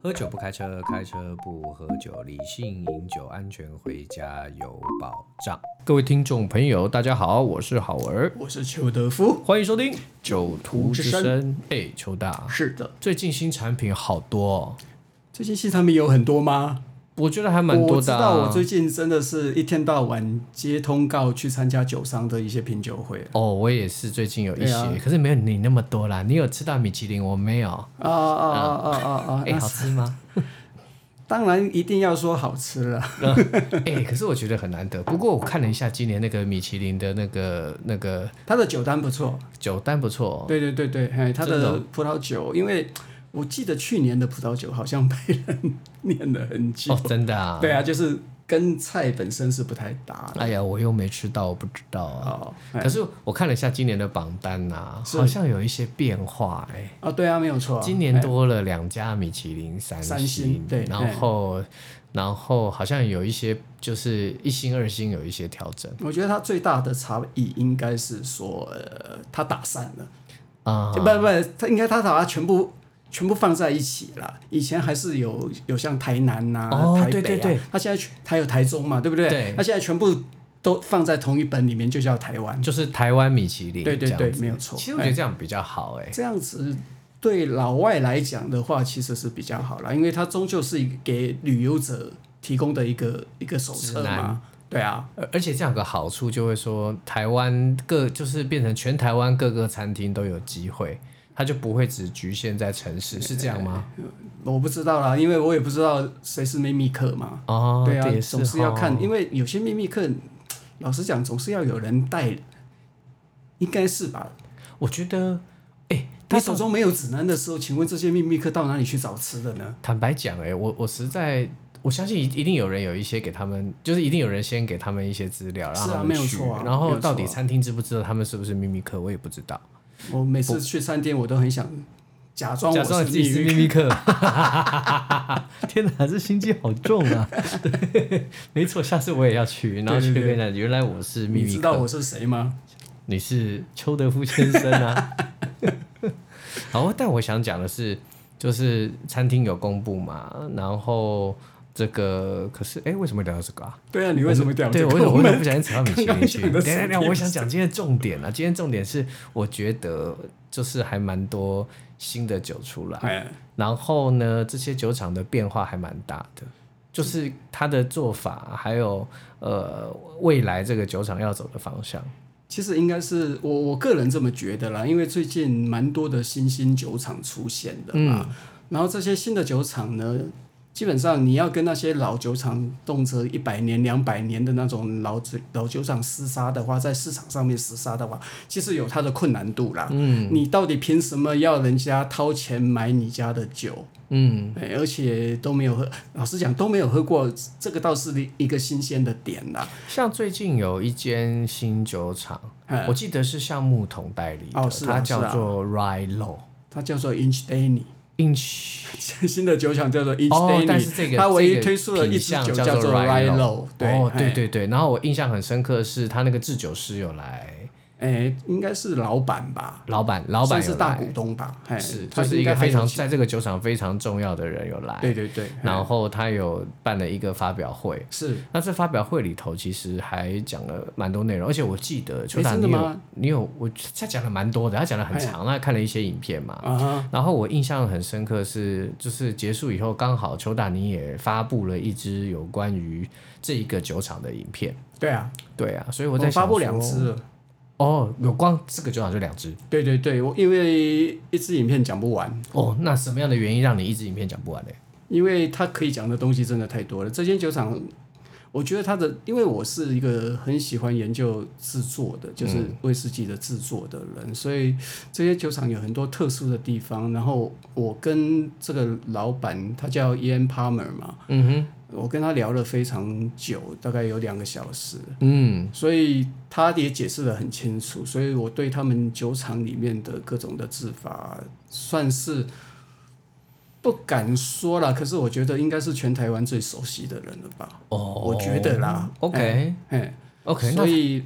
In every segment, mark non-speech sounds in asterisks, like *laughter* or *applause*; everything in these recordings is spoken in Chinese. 喝酒不开车，开车不喝酒，理性饮酒，安全回家有保障。各位听众朋友，大家好，我是好儿，我是邱德夫。欢迎收听《酒徒之之声》。哎，邱大，是的，最近新产品好多、哦，最近新产品有很多吗？我觉得还蛮我多知的、道，啊。我最近真的是一天到晚接通告去参加酒商的一些品酒会哦，我也是最近有一些，对啊可是没有你那么多啦。你有吃到米其林，我没有。啊啊啊啊啊啊！嗯哎、好吃 *laughs* 吗？当然一定要说好吃了。哎、可是我觉得很难得。不过我看了一下今年那个米其林的那个那个它的酒单不错，酒单不错、哦。对对对对，哎，它真的哦的葡萄酒，因为我记得去年的葡萄酒好像被人念了很久哦，。真的啊？对啊，就是跟菜本身是不太搭的。哎呀，我又没吃到，我不知道啊。哦，可是我看了一下今年的榜单呐、啊，是好像有一些变化哎、啊，对啊，没有错啊。哎今年多了两家米其林三三星对哎然后然后好像有一些就是一星二星有一些调整我觉得它最大的差异应该是说，呃，它打散了，啊、不不，它应该它把它全部全部放在一起了。以前还是有有像台南呐、哦台北啊，对对对它现在全还有台中嘛，对不对？对它现在全部都放在同一本里面，就叫台湾。就是台湾米其林对对这样对子没有错其实我觉得这样比较好哎、这样子对老外来讲的话，其实是比较好啦，因为它终究是一个给旅游者提供的一个一个手册指南嘛。对啊，而而且这样有个好处就会说，台湾各就是变成全台湾各个餐厅都有机会，它就不会只局限在城市，是这样吗？我不知道啦，因为我也不知道谁是秘密客嘛。哦，对啊这也，总是要哦看，因为有些秘密课，老实讲，总是要有人带，应该是吧？我觉得，哎、你他手中没有指南的时候，请问这些秘密课到哪里去找吃的呢？坦白讲，哎，我我实在，我相信一一定有人有一些给他们，就是一定有人先给他们一些资料，然是后啊他没们有去，错啊然没后有到底错啊餐厅知不知道他们是不是秘密客，我也不知 *laughs* 道。我每次去餐厅，我都很想假装假我装是自己秘是密秘客。密客， *laughs* 天哪，这心机好重啊！ *laughs* 对，没错，下次我也要去，然后去对对跟人家，原来我是秘你密知道客，我是谁吗？你是邱德夫先生 *laughs* 啊。好，但我想讲的是，就是餐厅有公布嘛，然后这个可是，哎，为什么聊到这个啊？对啊，你为什么讲对，这我个？有我们有不小心扯到米其林去。等刚刚讲一的下等一下，是我想讲今天的重点啊，今天重点是我觉得就是还蛮多新的酒出来，哎，然后呢，这些酒厂的变化还蛮大的，就是它的做法，还有呃未来这个酒厂要走的方向。其实应该是我我个人这么觉得啦，因为最近蛮多的新兴酒厂出现的嘛，然后这些新的酒厂呢，基本上你要跟那些老酒厂动辄一百年、两百年的那种老酒老酒厂厮杀的话，在市场上面厮杀的话，其实有它的困难度啦。嗯，你到底凭什么要人家掏钱买你家的酒？嗯，哎，而且都没有喝，老实讲都没有喝过，这个倒是一个新鲜的点啦。像最近有一间新酒厂，嗯我记得是橡木桶代理的，哦是啊它是啊叫做 Rilo 它叫做 Inch Danny。 Inch。 *laughs* 新的酒厂叫做 East 哦 Danny，、，但是这个它唯这一个推出了一品支相酒叫叫做 Rilo，对，哦，对哎，对对。然后我印象很深刻的是，他那个制酒师有来，哎，应该是老板吧，老板老板算有是来大股东吧，哎，是，他就是一应该个还非有常其在这个酒厂非常重要的人有来，对对对，哎然后他有办了一个发表会。是那这发表会里头其实还讲了蛮多内容，而且我记得邱达真的你有吗哎你有我他讲了蛮多的，他讲的很长，那看了一些影片嘛。啊哈，然后我印象很深刻是，就是结束以后刚好邱达尼也发布了一支有关于这一个酒厂的影片，对啊，对啊，所以我在想发布说两支了，哦，有光这个酒厂就两支对对对，我因为一支影片讲不完，哦，那什么样的原因让你一支影片讲不完嘞？因为它可以讲的东西真的太多了。这间酒厂，我觉得它的，因为我是一个很喜欢研究制作的，就是威士忌的制作的人，所以这些酒厂有很多特殊的地方。然后我跟这个老板，他叫 Ian Palmer 嘛，嗯哼，我跟他聊了非常久，大概有两个小时。嗯，所以他也解释的很清楚，所以我对他们酒厂里面的各种的制法，算是不敢说了，可是我觉得应该是全台湾最熟悉的人了吧？哦，我觉得啦，OK 嘿， OK，那所以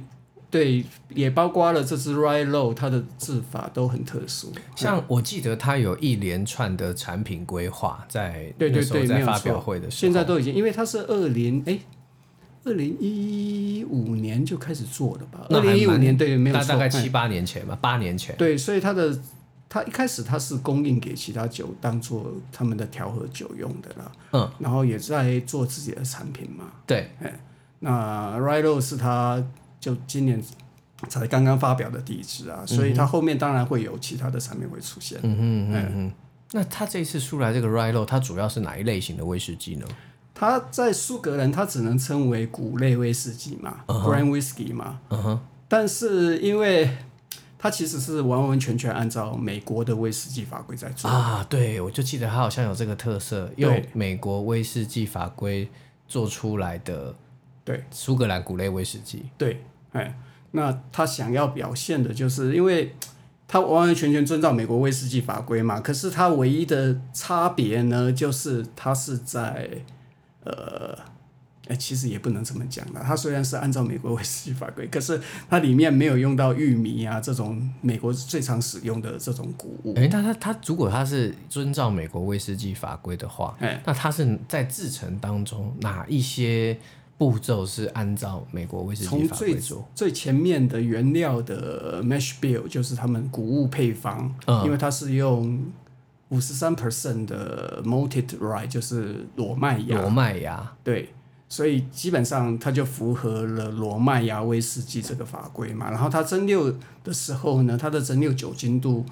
对，也包括了这支 Right Low，它的制法都很特殊。像我记得它有一连串的产品规划在对对那时候对没在有发表错会的时候，现在都已经，因为它是二零哎，二零一五年就开始做了吧？那二还蛮零一五年对，没有大错，大概哎七八年前吧，八年前。对，所以它的它一开始它是供应给其他酒当做他们的调和酒用的啦，嗯，然后也在做自己的产品嘛。对，那 Rilo 是它就今年才刚刚发表的第一支啊，所以它后面当然会有其他的产品会出现。嗯哎嗯嗯嗯嗯。那它这次出来这个 Rilo，它主要是哪一类型的威士忌呢？它在苏格兰，它只能称为谷类威士忌嘛、g r a n Whisky 嘛。嗯哼，但是因为它其实是完完全全按照美国的威士忌法规在做，啊，对，我就记得它好像有这个特色，用美国威士忌法规做出来的对苏格兰谷类威士忌。对，哎，那他想要表现的就是因为。他完完全全遵照美国威士忌法规嘛，可是他唯一的差别呢，就是他是在，呃，哎、其实也不能这么讲啦。他虽然是按照美国威士忌法规，可是它里面没有用到玉米啊这种美国最常使用的这种谷物。诶，那它它如果它是遵照美国威士忌法规的话，哎那它是在制成当中哪一些步骤是按照美国威士忌从法最规做？最前面的原料的 mash bill 就是他们谷物配方，嗯因为它是用五十三 percent 的 malted rye，就是裸麦罗芽，麦芽，对，所以基本上它就符合了裸麦芽威士忌这个法规嘛。然后它蒸馏的时候呢，它的蒸馏酒精度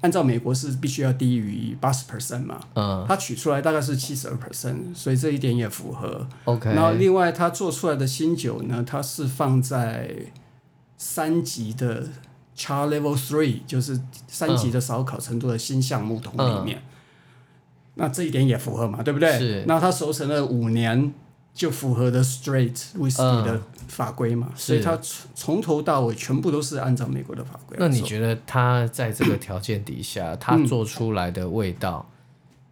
按照美国是必须要低于八十 percent 嘛，嗯它取出来大概是七十二 percent，所以这一点也符合。 ，OK，然后另外它做出来的新酒呢，它是放在三级的 Char Level Three，就是三级的烧烤程度的新橡木桶里面。那这一点也符合嘛，对不对？是那它熟成了五年，就符合的 Straight Whisky 嗯的法规嘛，所以是它从从头到尾全部都是按照美国的法规来做。那你觉得它在这个条件底下，它嗯做出来的味道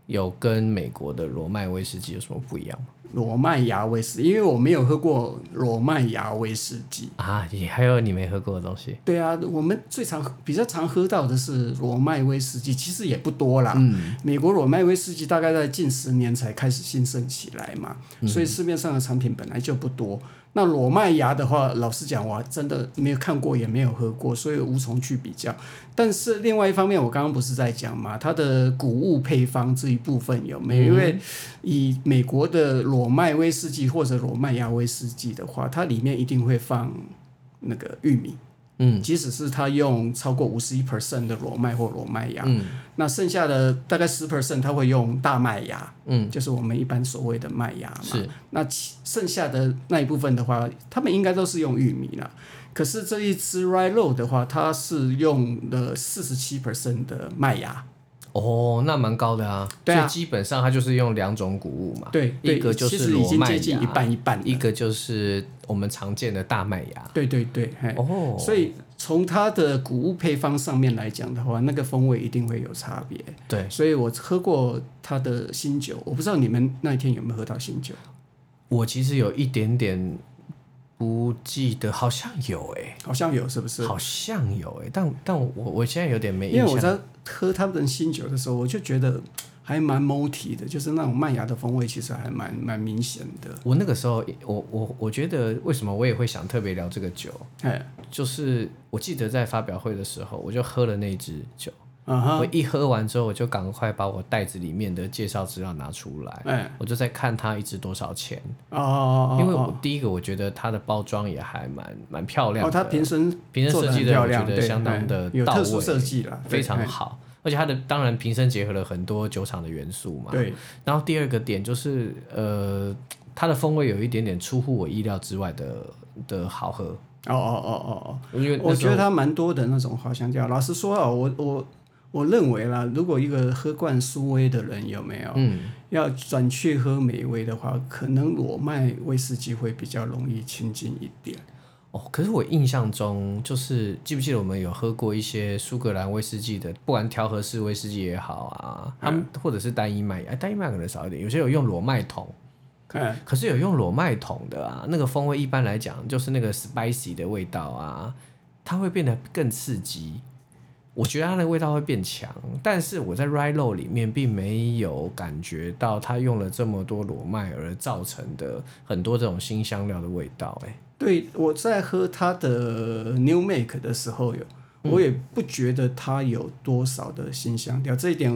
有跟美国的罗麦威士忌有什么不一样吗？裸麦芽威士忌，因为我没有喝过裸麦芽威士忌。啊，你还有你没喝过的东西，对啊，我们最常比较常喝到的是裸麦威士忌，其实也不多啦。嗯，美国裸麦威士忌大概在近十年才开始兴盛起来嘛，所以市面上的产品本来就不多。那裸麦芽的话，老实讲，我还真的没有看过，也没有喝过，所以无从去比较。但是另外一方面，我刚刚不是在讲嘛，它的谷物配方这一部分有嗯没有？因为以美国的裸麦威士忌或者裸麦芽威士忌的话，它里面一定会放那个玉米。嗯即使是他用超过五十一 percent 的裸麦或裸麦芽，嗯那剩下的大概十 percent 他会用大麦芽，嗯，就是我们一般所谓的麦芽嘛。是那其剩下的那一部分的话，他们应该都是用玉米啦。可是这一支 Rye Low 的话，它是用了四十七 percent 的麦芽，哦，那蛮高的啊，对所啊以基本上它就是用两种谷物嘛，对，对啊一个就其是实已罗经麦接近一芽，半一半了。一个就是我们常见的大麦芽。对对对，嘿，哦，所以从它的谷物配方上面来讲的话，那个风味一定会有差别。对所以我喝过他的新酒，我不知道你们那一天有没有喝到新酒。我其实有一点点不记得，好像有诶、好像有，是不是？好像有诶、但但我我现在有点没印因为象。我在喝他们的新酒的时候，我就觉得还蛮 multi 的，就是那种麦芽的风味，其实还蛮蛮明显的。我那个时候，我我我觉得为什么我也会想特别聊这个酒，哎，就是我记得在发表会的时候，我就喝了那支酒，啊哈，我一喝完之后，我就赶快把我袋子里面的介绍资料拿出来，哎，我就在看它一支多少钱，哦哦哦，因为哦我第一个我觉得它的包装也还蛮蛮漂亮的，哦，它瓶身瓶身做设得计很的漂我觉亮，得对，相当的哎有到特殊位，设计了，非常对哎好，而且它的当然瓶身结合了很多酒厂的元素嘛哎，对，然后第二个点就是，呃，它的风味有一点点出乎我意料之外的的好喝，哦哦哦哦哦。因为那我时觉候得它蛮多的那种花香料。老实说啊，我我我认为啦，如果一个喝惯苏威的人有没有，嗯，要转去喝美威的话，可能裸麦威士忌会比较容易亲近一点。哦，可是我印象中就是记不记得我们有喝过一些苏格兰威士忌的，不管调和式嗯威士忌也好啊，他们或者是单一麦芽，哎单一麦可能少一点，有些有用裸麦桶，嗯，可是有用裸麦桶的啊，那个风味一般来讲就是那个 spicy 的味道啊，它会变得更刺激。我觉得它的味道会变强，但是我在 rye low 里面并没有感觉到它用了这么多裸麦而造成的很多这种新香料的味道、欸。哎，对，我在喝它的 New Make 的时候有，嗯我也不觉得它有多少的新香料，这一点，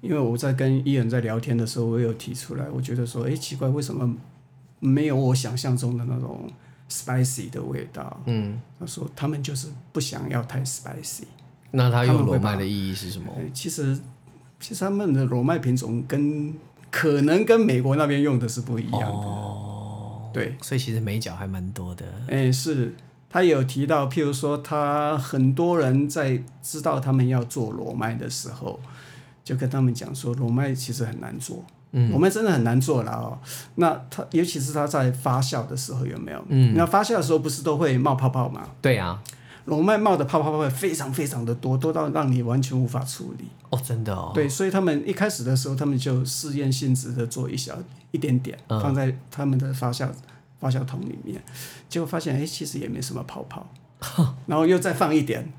因为我在跟伊人在聊天的时候，我有提出来，我觉得说，哎，奇怪，为什么没有我想象中的那种 spicy 的味道？嗯，他说他们就是不想要太 spicy。那它用他们裸会把麦的意义是什么？呃其实，其实他们的裸麦品种跟可能跟美国那边用的是不一样的。哦，对，所以其实美角还蛮多的。哎，是他有提到，譬如说，他很多人在知道他们要做裸麦的时候，就跟他们讲说，裸麦其实很难做，嗯，裸麦真的很难做了哦。那他尤其是他在发酵的时候，有没有？嗯，那发酵的时候不是都会冒泡泡吗？对啊，裸麦冒的泡泡会非常非常的多，多到让你完全无法处理。哦，真的哦，对，所以他们一开始的时候，他们就试验性质的做一小一点点，嗯放在他们的发酵发酵桶里面，结果发现哎，诶其实也没什么泡泡， *laughs* 然后又再放一点，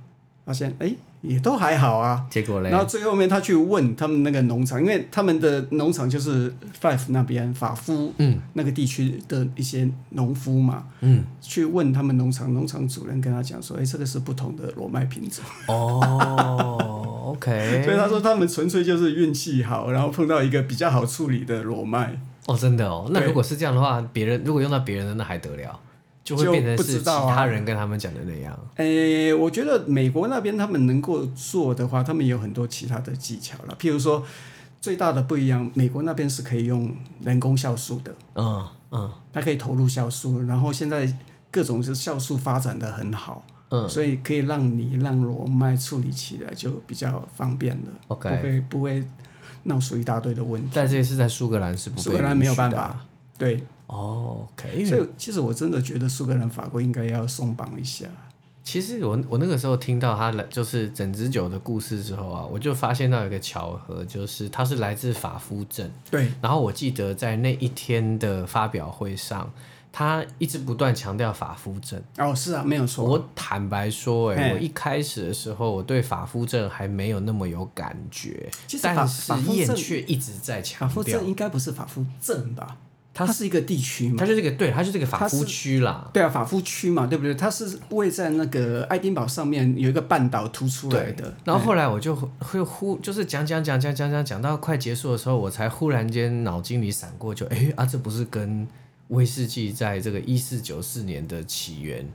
发现哎也都还好啊。结果嘞然，后最后面他去问他们那个农场，因为他们的农场就是 Five 那边法夫嗯那个地区的一些农夫嘛，嗯，去问他们农场农场主任跟他讲说，哎，这个是不同的裸麦品种。哦，OK，所以他说他们纯粹就是运气好，然后碰到一个比较好处理的裸麦，哦，真的哦。那对如果是这样的话，别人如果用到别人的，那还得了？就会就变成不是知其道啊他人跟他们讲的那样。诶、哎我觉得美国那边他们能够做的话，他们有很多其他的技巧了，譬如说最大的不一样，美国那边是可以用人工酵素的，嗯嗯它可以投入酵素，然后现在各种是酵素发展的很好，嗯所以可以让你让裸麦处理起来就比较方便了不，OK。会不会闹出一大堆的问题。但这也是在苏格兰是不被苏格兰没有办允许的法啊。，对，哦，OK，因所为以其实我真的觉得苏格兰、法国应该要松绑一下。其实我我那个时候听到他来就是整支酒的故事之后啊，我就发现到一个巧合，就是它是来自法夫镇。对，然后我记得在那一天的发表会上，他一直不断强调法夫镇。哦，是啊，没有错。我坦白说、哎，嘿我一开始的时候，我对法夫症还没有那么有感觉，其实法但是法夫燕症却一直在法强夫调镇，应该不是法夫镇吧？它它是一个地区嘛它。就是一个对，它就是一个法它是夫区啦。对啊，法夫区嘛，对不对？它是位在那个爱丁堡上面有一个半岛突出来对的。然后后来我就会忽就是讲讲讲讲讲讲讲到快结束的时候，我才忽然间脑筋里闪过就，哎啊，这不是跟威士忌在这个一四九四年的起源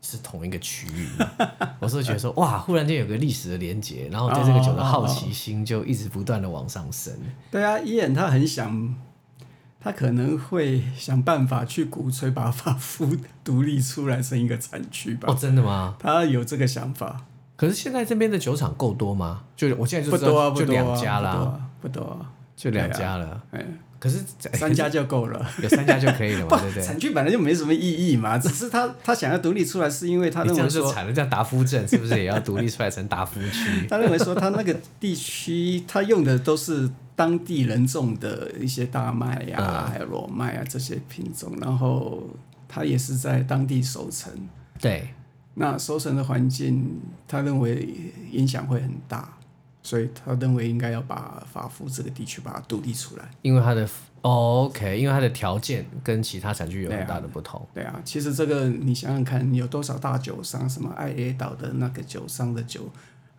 是同一个区域吗？ *laughs* 我是觉得说哇，忽然间有个历史的连结，然后对这个哦酒的好奇心就一直不断的往上升。对啊，伊恩他很想，他可能会想办法去鼓吹把法夫独立出来成一个产区吧。哦，真的吗？他有这个想法，可是现在这边的酒厂够多吗？就我现在就不知道多啊，不就多啊，两家不多啦，啊，不多啊，就两家了。嗯，可是哎三家就够了。有三家就可以了不嘛，对不，对？产区本来就没什么意义嘛，只 *laughs* 是他他想要独立出来，是因为 *laughs* 他你这认样为就说，惨了，这样达夫镇是不是也要独立出来成达夫 *laughs* 区？他认为说他那个地区他用的都是当地人种的一些大麦呀、还有裸麦啊这些品种，然后他也是在当地熟成，对，那熟成的环境，他认为影响会很大。所以他认为应该要把法夫这个地区把它独立出来，因为它的、哦、OK，因为它的条件跟其他产区有很大的不同。对啊，其实这个你想想看，有多少大酒商，什么爱尔岛的那个酒商的酒，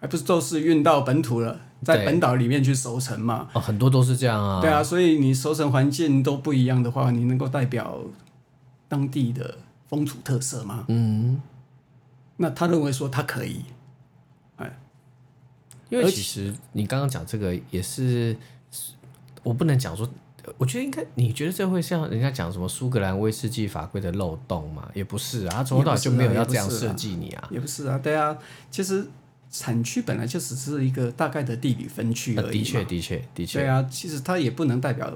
还不是都是运到本土了，在对本岛里面去熟成嘛？哦，很多都是这样啊。对啊，所以你熟成环境都不一样的话，你能够代表当地的风土特色吗？嗯，那他认为说他可以，因为而其实你刚刚讲这个也是，我不能讲说，我觉得应该，你觉得这会像人家讲什么苏格兰威士忌法规的漏洞吗？也不是啊，它从头到尾就没有要这样设计你啊。也不是啊，对啊，其实产区本来就只是一个大概的地理分区而已呃嘛。的确，的确，的确对。啊，其实它也不能代表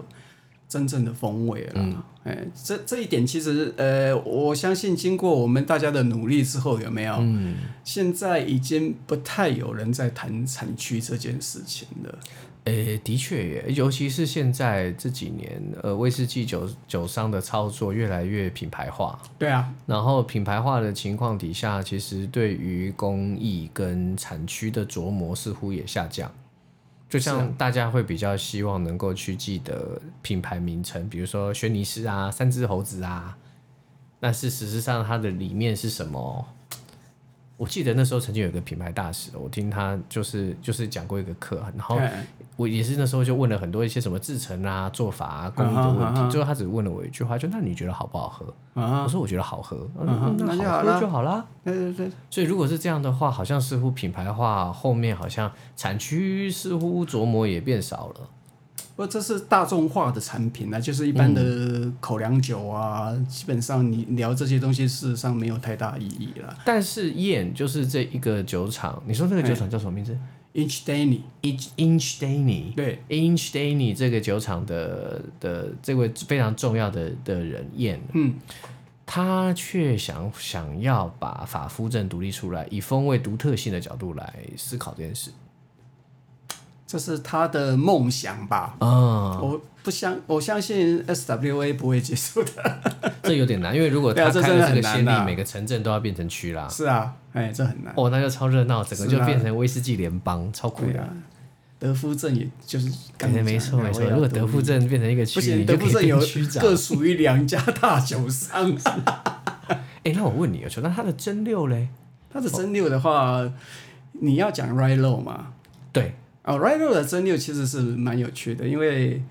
真正的风味了。哎、哎，这这一点其实，呃，我相信经过我们大家的努力之后，有没有？嗯，现在已经不太有人在谈产区这件事情了。诶、呃的确耶，尤其是现在这几年，呃，威士忌酒酒商的操作越来越品牌化，对啊，然后品牌化的情况底下，其实对于工艺跟产区的琢磨似乎也下降。就像大家会比较希望能够去记得品牌名称，比如说轩尼诗啊、三只猴子啊，但是事实上它的里面是什么？我记得那时候曾经有一个品牌大使，我听他就是就是讲过一个课，然后哎我也是那时候就问了很多一些什么制成啊、做法啊、工艺的问嗯题哼嗯哼最后他只问了我一句话，就那你觉得好不好喝？啊，我说我觉得好喝，嗯嗯那就那好好啦喝就好啦。对对对，所以如果是这样的话，好像似乎品牌化后面好像产区似乎琢磨也变少了。不，这是大众化的产品啊，就是一般的口粮酒啊，基本上你聊这些东西，事实上没有太大意义了。但是燕就是这一个酒厂，你说那个酒厂叫什么名字 Inch Danny， ？Inch Inch Danny。对， Inch Danny 这个酒厂的的这位非常重要的的人燕，啊嗯，他却想想要把法夫镇独立出来，以风味独特性的角度来思考这件事。这是他的梦想吧。啊、我不相，我相信 SWA 不会接受的。这有点难，因为如果对啊他这开真的了这个很难先例，啊每个城镇都要变成区啦。是啊，哎，这很难。哦，那就超热闹，整个是就啊变成威士忌联邦，超酷对的。啊，德夫镇也就是刚才对，哎没错没错。如果德夫富镇变成一个区，不行，你就德可夫以镇变有区长。各属于两家大 *laughs* 酒商。哎，那我问你，球，那它的蒸馏嘞？它的蒸馏的话，你要讲 Rilo 嘛？对，啊、r i l o 的蒸馏其实是蛮有趣的，因为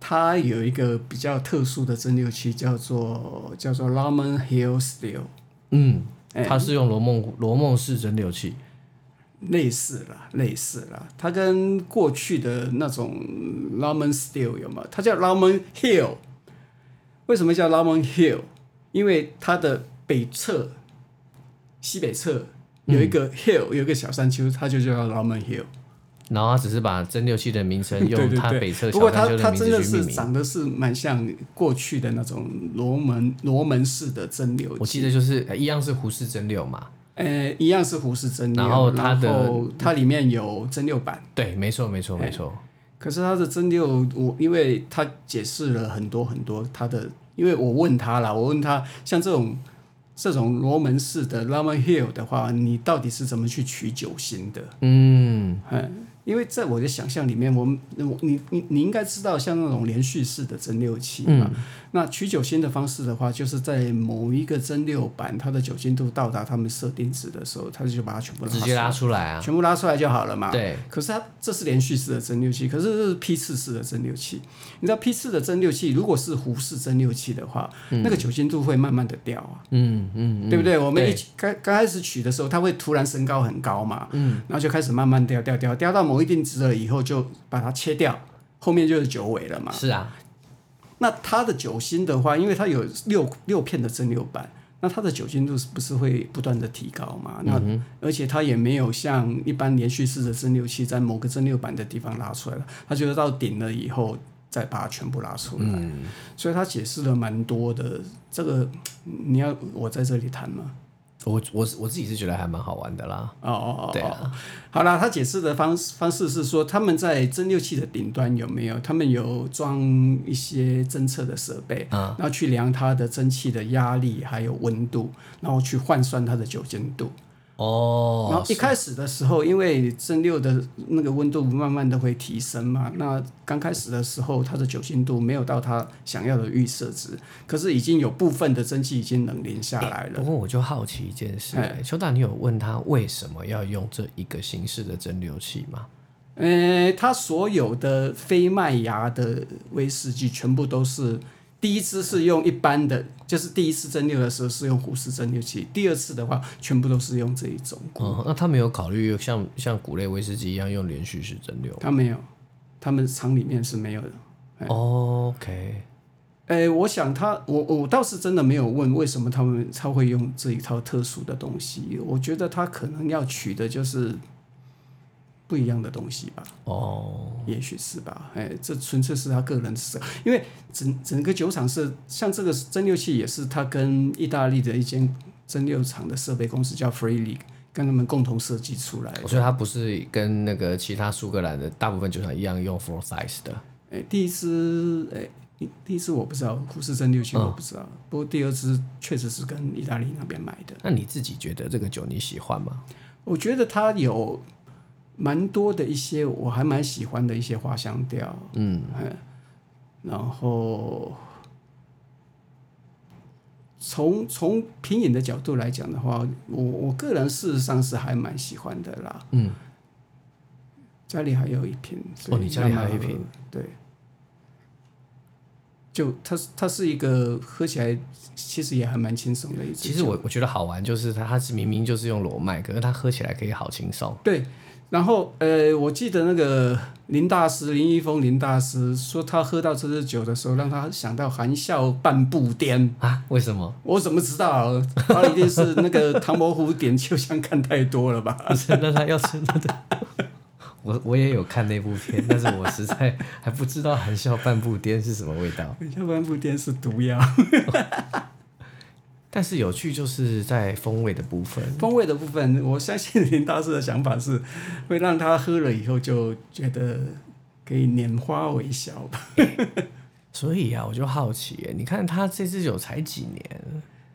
它有一个比较特殊的蒸馏器，叫做叫做 Lemon Hill Steel，嗯，哎它是用罗梦罗梦式蒸馏器。类似啦，类似啦。它跟过去的那种 Lemon Steel 有吗？它叫 Lemon Hill，为什么叫 Lemon Hill？因为它的北侧、西北侧有一个嗯 hill，、有一个小山丘，它就叫 Lemon Hill。然后它只是把蒸馏器的名 *laughs* 称对用对它对北侧小不过山它丘它名真字的去是命名。长得是蛮像过去的那种罗门罗门式的蒸馏我器，记得就是呃一样是胡适蒸馏嘛。呃，一样是胡式蒸馏，然然后它的后它里面有蒸馏板。对，没错没错哎没错。可是它的蒸馏，我因为他解释了很多很多它的，因为我问他啦，我问他像这种这种罗门式的 Lemon Hill 的话，你到底是怎么去取酒心的？嗯，嗯，因为在我的想象里面，我们我你你你应该知道，像那种连续式的蒸馏器嘛，嗯那取酒精的方式的话，就是在某一个蒸馏板，它的酒精度到达他们设定值的时候，它就把它全部拉出直来接拉出来啊。全部拉出来就好了嘛。对，可是它这是连续式的蒸馏器，可是这是批次式的蒸馏器。你知道批次的蒸馏器如果是壶式蒸馏器的话，那个酒精度会慢慢的掉啊，嗯嗯，对不对？我们对一起刚刚开始取的时候，它会突然升高很高嘛，嗯，然后就开始慢慢掉掉掉掉到某一定值了以后，就把它切掉，后面就是酒尾了嘛。是啊，那它的酒心的话，因为它有六六片的蒸馏板，那它的酒精度是不是会不断的提高嘛？那、而且它也没有像一般连续式的蒸馏器在某个蒸馏板的地方拉出来了，它就是到顶了以后再把它全部拉出来。所以它解释了蛮多的。这个你要我在这里谈吗？我我我自己是觉得还蛮好玩的啦。哦哦哦，对啊哦，好啦，他解释的方式方式是说，他们在蒸馏器的顶端有没有，他们有装一些侦测的设备，啊然后去量它的蒸汽的压力还有温度，然后去换算它的酒精度。哦，然后一开始的时候，因为蒸馏的那个温度慢慢的会提升嘛，那刚开始的时候，它的酒精度没有到它想要的预设值，可是已经有部分的蒸汽已经冷凝下来了。不过我就好奇一件事、欸哎邱大，你有问他为什么要用这一个形式的蒸馏器吗？呃，它所有的非麦芽的威士忌全部都是第一支是用一般的，就是第一次蒸馏的时候是用虎式蒸馏器，第二次的话全部都是用这一种，哦，那他没有考虑像像谷类威士忌一样用连续式蒸馏、它没有，他们厂里面是没有的。哦 OK，诶，我想他，我我倒是真的没有问为什么他们他会用这一套特殊的东西。我觉得他可能要取的就是不一样的东西吧，哦，也许是吧。哎，这纯粹是他个人是，因为整整个酒厂是像这个蒸馏器也是他跟意大利的一间蒸馏厂的设备公司叫 Freely 跟他们共同设计出来的。所以它不是跟那个其他苏格兰的大部分酒厂一样用 full size 的，哎，第一支哎。第第一支我不知道，富士蒸馏器我不知道，不过第二支确实是跟意大利那边买的。那你自己觉得这个酒你喜欢吗？我觉得它有蛮多的一些我还蛮喜欢的一些花香调，嗯，然后从从品饮的角度来讲的话，我我个人事实上是还蛮喜欢的啦，嗯，家里还有一瓶，所哦以你家里还有一瓶慢慢喝，对。就它是它是一个喝起来其实也还蛮轻松的一支酒。其实我我觉得好玩，就是它它是明明就是用裸麦，可是它喝起来可以好轻松。对，然后呃，我记得那个林大师林一峰林大师说，他喝到这支酒的时候，让他想到含笑半步癫。啊？为什么？我怎么知道？啊他一定是那个唐伯虎点秋香看太多了吧？ *laughs* 不是，那他要真的， *laughs* 我我也有看那部片，但是我实在还不知道含笑半步癫是什么味道。含笑半步癫是毒药。但是有趣就是在风味的部分，风味的部分，我相信林大师的想法是，会让他喝了以后就觉得可以拈花微笑吧。所以啊，我就好奇耶，你看他这支酒才几年，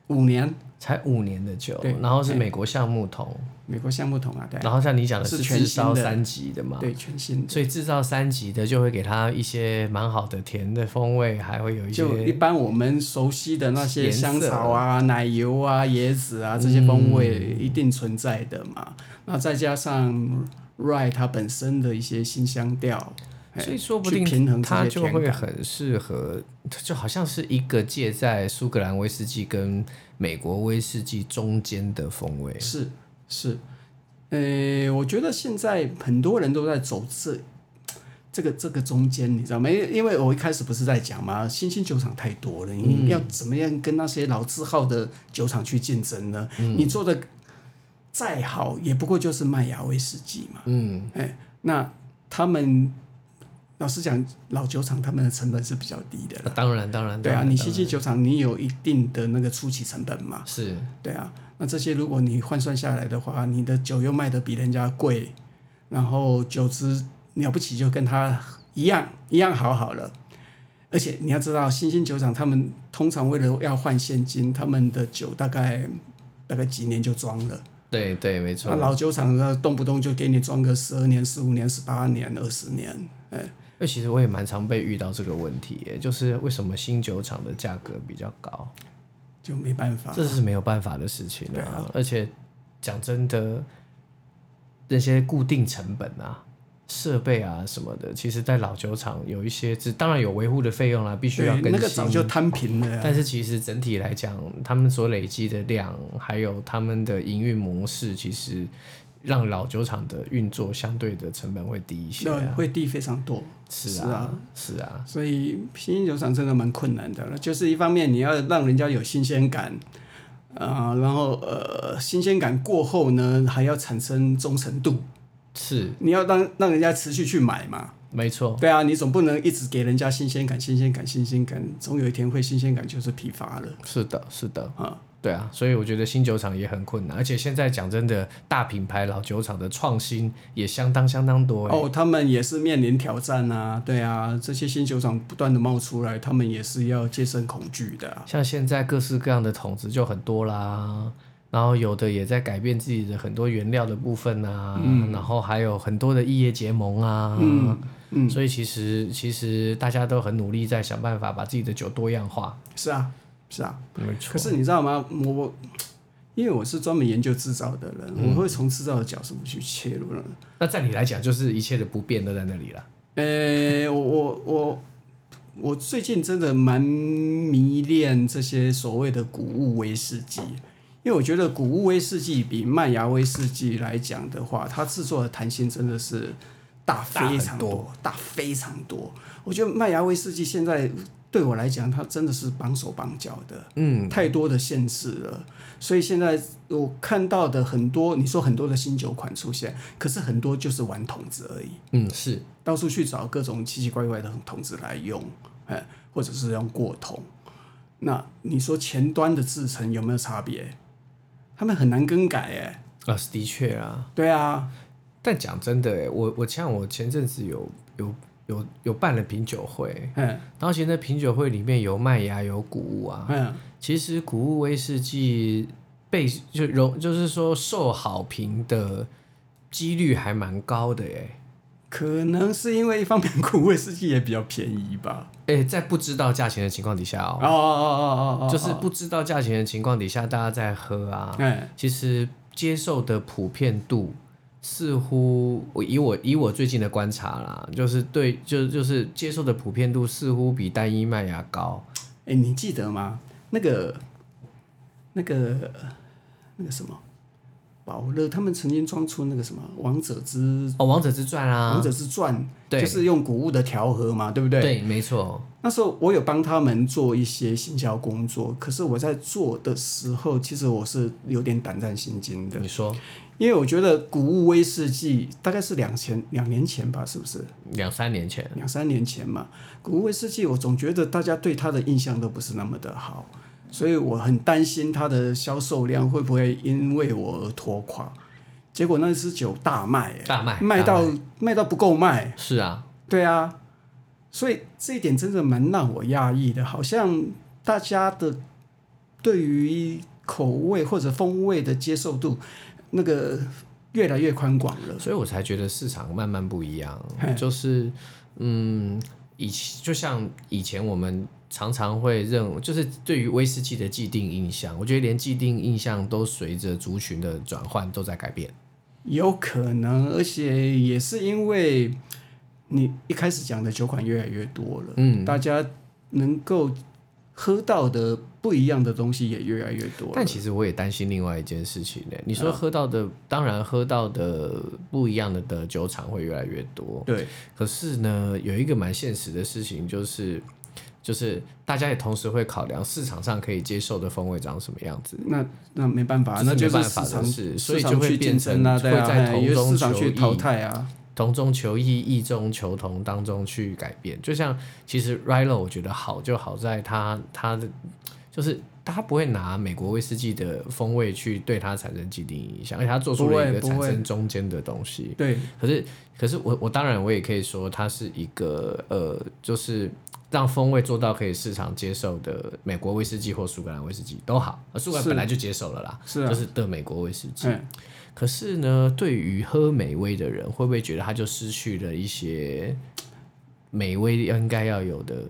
五年，才五年的酒对，然后是美国橡木桶，美国橡木桶啊，对然后像你讲的是是全至新少的三级的嘛，对，全新的。所以制造三级的就会给它一些蛮好的甜的风味，还会有一些就一般我们熟悉的那些颜色香草啊、奶油啊、椰子啊这些风味嗯一定存在的嘛。那再加上 rye 它本身的一些新香调，哎所以说不去定平衡这它些就甜会感很适合，就好像是一个介在苏格兰威士忌跟美国威士忌中间的风味。是是，呃，我觉得现在很多人都在走这。这个这个中间你知道吗？因为因为我一开始不是在讲嘛，新兴酒厂太多了，嗯你要怎么样跟那些老字号的酒厂去竞争呢？嗯你做的再好，也不过就是麦芽威士忌嘛。嗯，哎，那他们老实讲，老酒厂他们的成本是比较低的那了。当然当然，对啊，当然当你新然兴酒厂，你有一定的那个初期成本嘛？是对啊，那这些如果你换算下来的话，你的酒又卖的比人家贵，然后酒资了不起就跟他一样一样好好了。而且你要知道，新兴酒厂他们通常为了要换现金，他们的酒大概大概几年就装了。对对，没错那。老酒厂呢，动不动就给你装个十二年、十五年、十八年、二十年，哎，那其实我也蛮常被遇到这个问题耶，就是为什么新酒厂的价格比较高，就没办法。这是没有办法的事情啊对啊。而且讲真的，那些固定成本啊。设备啊什么的，其实，在老酒厂有一些，只当然有维护的费用啦、必须要更，对新。那个早就啊摊平了呀。但是其实整体来讲，他们所累积的量，还有他们的营运模式，其实让老酒厂的运作相对的成本会低一些、对，啊。会低非常多。是是啊啊，是啊，所以新兴酒厂真的蛮困难的了，就是一方面你要让人家有新鲜感，啊、然后呃，新鲜感过后呢，还要产生忠诚度，是你要让让人家持续去买嘛。没错。对啊，你总不能一直给人家新鲜感、新鲜感、新鲜感，总有一天会新鲜感就是疲乏了是的，是的，啊。对啊，所以我觉得新酒厂也很困难，而且现在讲真的，大品牌老酒厂的创新也相当相当多、欸。哦，他们也是面临挑战啊，对啊，这些新酒厂不断的冒出来，他们也是要戒慎恐惧的啊、像现在各式各样的桶子就很多啦，然后有的也在改变自己的很多原料的部分啊，然后还有很多的异业结盟啊，嗯嗯，所以其实其实大家都很努力在想办法把自己的酒多样化，是啊，是啊。没可是你知道吗？我我因为我是专门研究制造的人，我会从制造的角度去切入了。那在你来讲，就是一切的不变都在那里了。呃，我我我我最近真的蛮迷恋这些所谓的谷物威士忌，因为我觉得谷物威士忌比麦芽威士忌来讲的话，它制作的弹性真的是大非常大很多，大非常多。我觉得麦芽威士忌现在。对我来讲，它真的是绑手绑脚的。嗯，太多的限制了，所以现在我看到的很多，你说很多的新酒款出现，可是很多就是玩桶子而已，嗯，是，到处去找各种奇奇怪怪的桶子来用，哎，或者是用过桶。那你说前端的制成有没有差别？他们很难更改哎。啊，是的确啊。对啊，但讲真的欸，我我像我前阵子有有有有办了品酒会，嗯然后现在品酒会里面有麦芽，有谷物啊。嗯其实谷物威士忌被就容就是说受好评的几率还蛮高的欸耶。可能是因为一方面苦味世纪也比较便宜吧。诶，在不知道价钱的情况底下哦哦，哦哦哦哦，哦就是不知道价钱的情况底下，大家在喝啊，哎其实接受的普遍度似乎，我以我以我最近的观察啦，就是对，就就是接受的普遍度似乎比单一麦芽高。哎，你记得吗？那个、那个、那个什么，保乐他们曾经装出那个什么《王者之、哦，王者之传啊王，者之传》，对就是用谷物的调和嘛，对不对？对，没错，那时候我有帮他们做一些行销工作，可是我在做的时候，其实我是有点胆战心惊的，你说因为我觉得谷物威士忌大概是两千两年前吧，是不是？两三年前，两三年前嘛，古威士忌，我总觉得大家对它的印象都不是那么的好，所以我很担心它的销售量会不会因为我而拖垮。结果那支酒大卖、欸，大卖卖大到卖到不够卖，是啊，对啊，所以这一点真的蛮让我讶异的，好像大家的对于口味或者风味的接受度，那个越来越宽广了。所以我才觉得市场慢慢不一样嘿，就是嗯，以前就像以前我们常常会认，就是对于威士忌的既定印象，我觉得连既定印象都随着族群的转换都在改变。有可能，而且也是因为你一开始讲的酒款越来越多了，嗯，大家能够喝到的不一样的东西也越来越多了。嗯但其实我也担心另外一件事情欸呢、你说喝到的，当然喝到的不一样的的酒厂会越来越多，对，可是呢，有一个蛮现实的事情就是。就是大家也同时会考量市场上可以接受的风味长什么样子，那那没办法，这是那就没办是法市的场事所以市就场会去变竞成争啊，对啊，会在哎同因为中市场求去淘异汰啊，同中求异，异中求同，当中去改变。就像其实 Rilo 我觉得好就好在他他的就是他不会拿美国威士忌的风味去对他产生既定影响，而且他做出不了会一个不产会生中间的东西。对，可是，可是我我当然我也可以说，它是一个呃，就是让风味做到可以市场接受的美国威士忌或苏格兰威士忌都好，呃苏格兰是本来就接受了啦，是啊就是的美国威士忌。嗯，可是呢，对于喝美味的人，会不会觉得他就失去了一些美味应该要有的？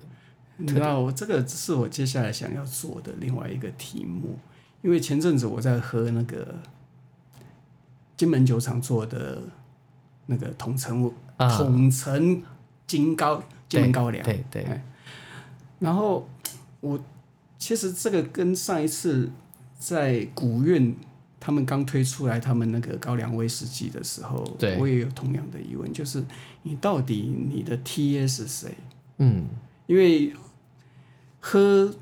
你知道，我这个是我接下来想要做的另外一个题目，因为前阵子我在喝那个金门酒厂做的那个统城啊统城金高金门高粱，对对，然后我其实这个跟上一次在古韵他们刚推出来他们那个高粱威士忌的时候，对我也有同样的疑问，就是你到底你的 TA 是谁？嗯，因为喝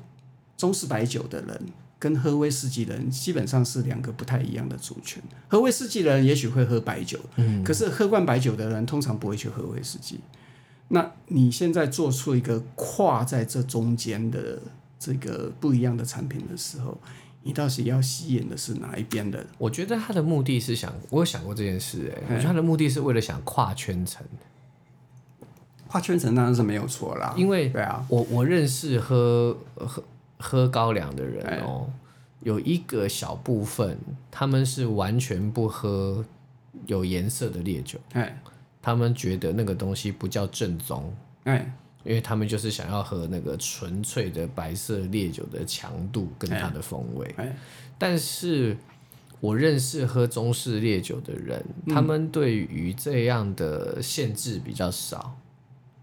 中式白酒的人跟喝威士忌的人基本上是两个不太一样的族群。喝威士忌的人也许会喝白酒，嗯，可是喝惯白酒的人通常不会去喝威士忌。那你现在做出一个跨在这中间的这个不一样的产品的时候，你到底要吸引的是哪一边的？我觉得他的目的是想，我有想过这件事、欸，哎，我觉得他的目的是为了想跨圈层。跨圈层当然是没有错啦，因为对啊，我我认识喝喝喝高粱的人哦，有一个小部分他们是完全不喝有颜色的烈酒，哎他们觉得那个东西不叫正宗，哎，因为他们就是想要喝那个纯粹的白色烈酒的强度跟它的风味哎。但是我认识喝中式烈酒的人，他嗯们对于这样的限制比较少。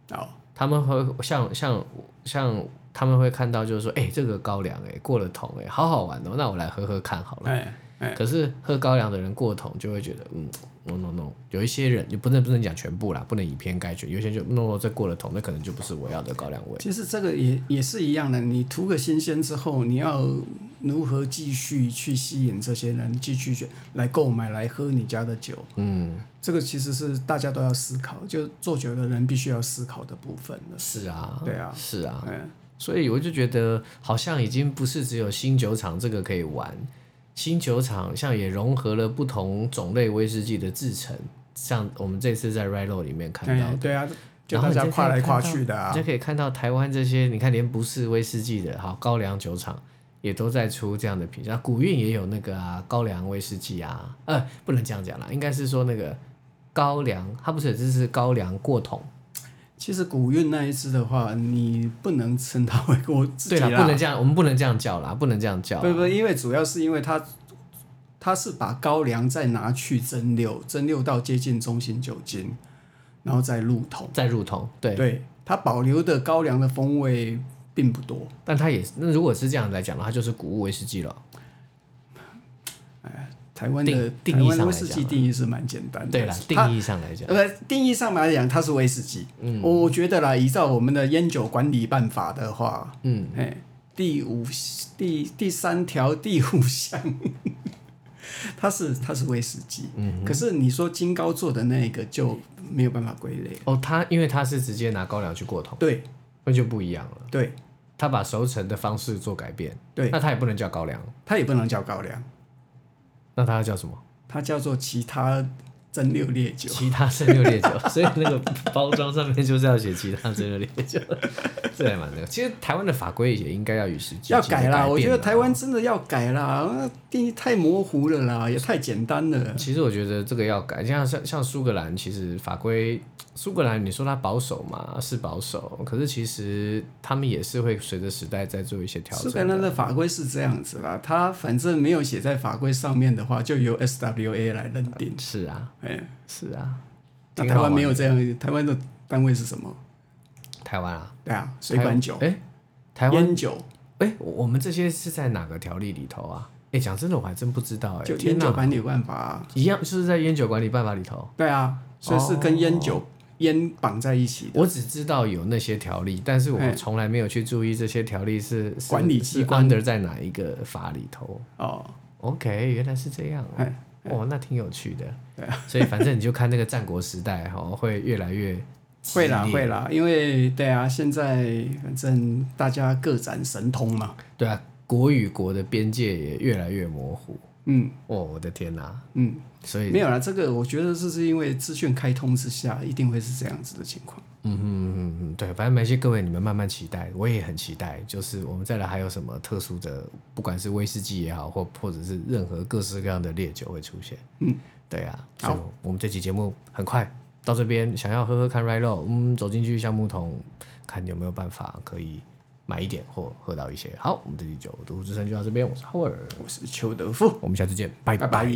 哦，他们会像像像他们会看到，就是说，哎、这个高粱哎、过了桶哎、好好玩哦，那我来喝喝看好了。哎哎，可是喝高粱的人过桶就会觉得，嗯， no no no，有一些人你不能不能讲全部啦，不能以偏概全，有些人就 no no 这过了头，那可能就不是我要的高粱味。其实这个也也是一样的，你图个新鲜之后，你要如何继续去吸引这些人继续去来购买、来喝你家的酒？嗯，这个其实是大家都要思考，就做酒的人必须要思考的部分了。是啊，对啊是啊，嗯，所以我就觉得好像已经不是只有新酒厂这个可以玩，新酒厂像也融合了不同种类威士忌的制成，像我们这次在 r i l o 里面看到哎的。对啊，就然后大你就家可以跨来看到跨去的啊你就。可以看到台湾这些，你看连不是威士忌的，好高粱酒厂也都在出这样的品相。古韵也有那个啊高粱威士忌啊，呃，不能这样讲啦，应该是说那个高粱，它不是这是高粱过桶，其实古韵那一支的话，你不能称它为我自己对啦，啊不能这样，我们不能这样叫啦，不能这样叫啦。不不，因为主要是因为它，它是把高粱再拿去蒸馏，蒸馏到接近中性酒精，然后再入桶。再入桶，对，对，它保留的高粱的风味并不多。但它也是那如果是这样来讲的话，它就是谷物威士忌了。台湾的定定义台湾的上威来士讲忌啊定义是蛮简单的，对啦，嗯它定义上来讲，啊呃，定义上来讲，它是威士忌。嗯，我觉得啦，依照我们的烟酒管理办法的话，嗯，哎，第五第第三条第五项， *laughs* 它是它是威士忌。嗯，可是你说金高做的那个就没有办法归类。哦，它因为它是直接拿高粱去过桶，对那就不一样了。对它把熟成的方式做改变，对，那它也不能叫高粱，它也不能叫高粱，那它叫什么？它叫做其他蒸馏烈酒。其他蒸馏烈酒， *laughs* 所以那个包装上面就是要写其他蒸馏烈酒，这还蛮那个。其实台湾的法规也应该要与时俱进，要改啦！我觉得变台。湾真的要改啦，那定义太模糊了啦，也太简单了。其实我觉得这个要改，像像像苏格兰，其实法规，苏格兰你说它保守嘛，是保守，可是其实他们也是会随着时代在做一些调苏格整。兰的法规是这样子啦，它反正没有写在法规上面的话，就由 SWA 来认定。是啊，哎，是啊，那挺台好湾玩没有这样，台湾的单位是什么？台湾啊，对啊，水管酒、哎、台湾烟酒，哎、我我们这些是在哪个条例里头啊？哎、讲真的，我还真不知道哎、就天烟哪酒管理办法啊。一样就是在烟酒管理办法里头。对啊，所以是哦跟烟酒烟绑在一起的。我只知道有那些条例，但是嘿我从来没有去注意这些条例是是管理机是关 under 在哪一个法里头。哦， OK，原来是这样哦哎，哦，那挺有趣的。对 *laughs* 所以反正你就看那个战国时代哈，会越来越激会啦烈会啦，因为对啊，现在反正大家各展神通嘛。对啊，国与国的边界也越来越模糊。嗯哦，我的天哪、嗯，所以没有啦，这个我觉得这是因为资讯开通之下，一定会是这样子的情况。嗯嗯嗯嗯，对，反正没事，各位你们慢慢期待，我也很期待。就是我们再来还有什么特殊的，不管是威士忌也好，或或者是任何各式各样的烈酒会出现。嗯，对啊。好所以我们这期节目很快到这边，想要喝喝看 r i l o 嗯，走进去橡木桶，看有没有办法可以买一点或喝到一些。好，我们这期酒都之声就到这边，我是 Howard，我是邱德富，我们下次见，拜拜拜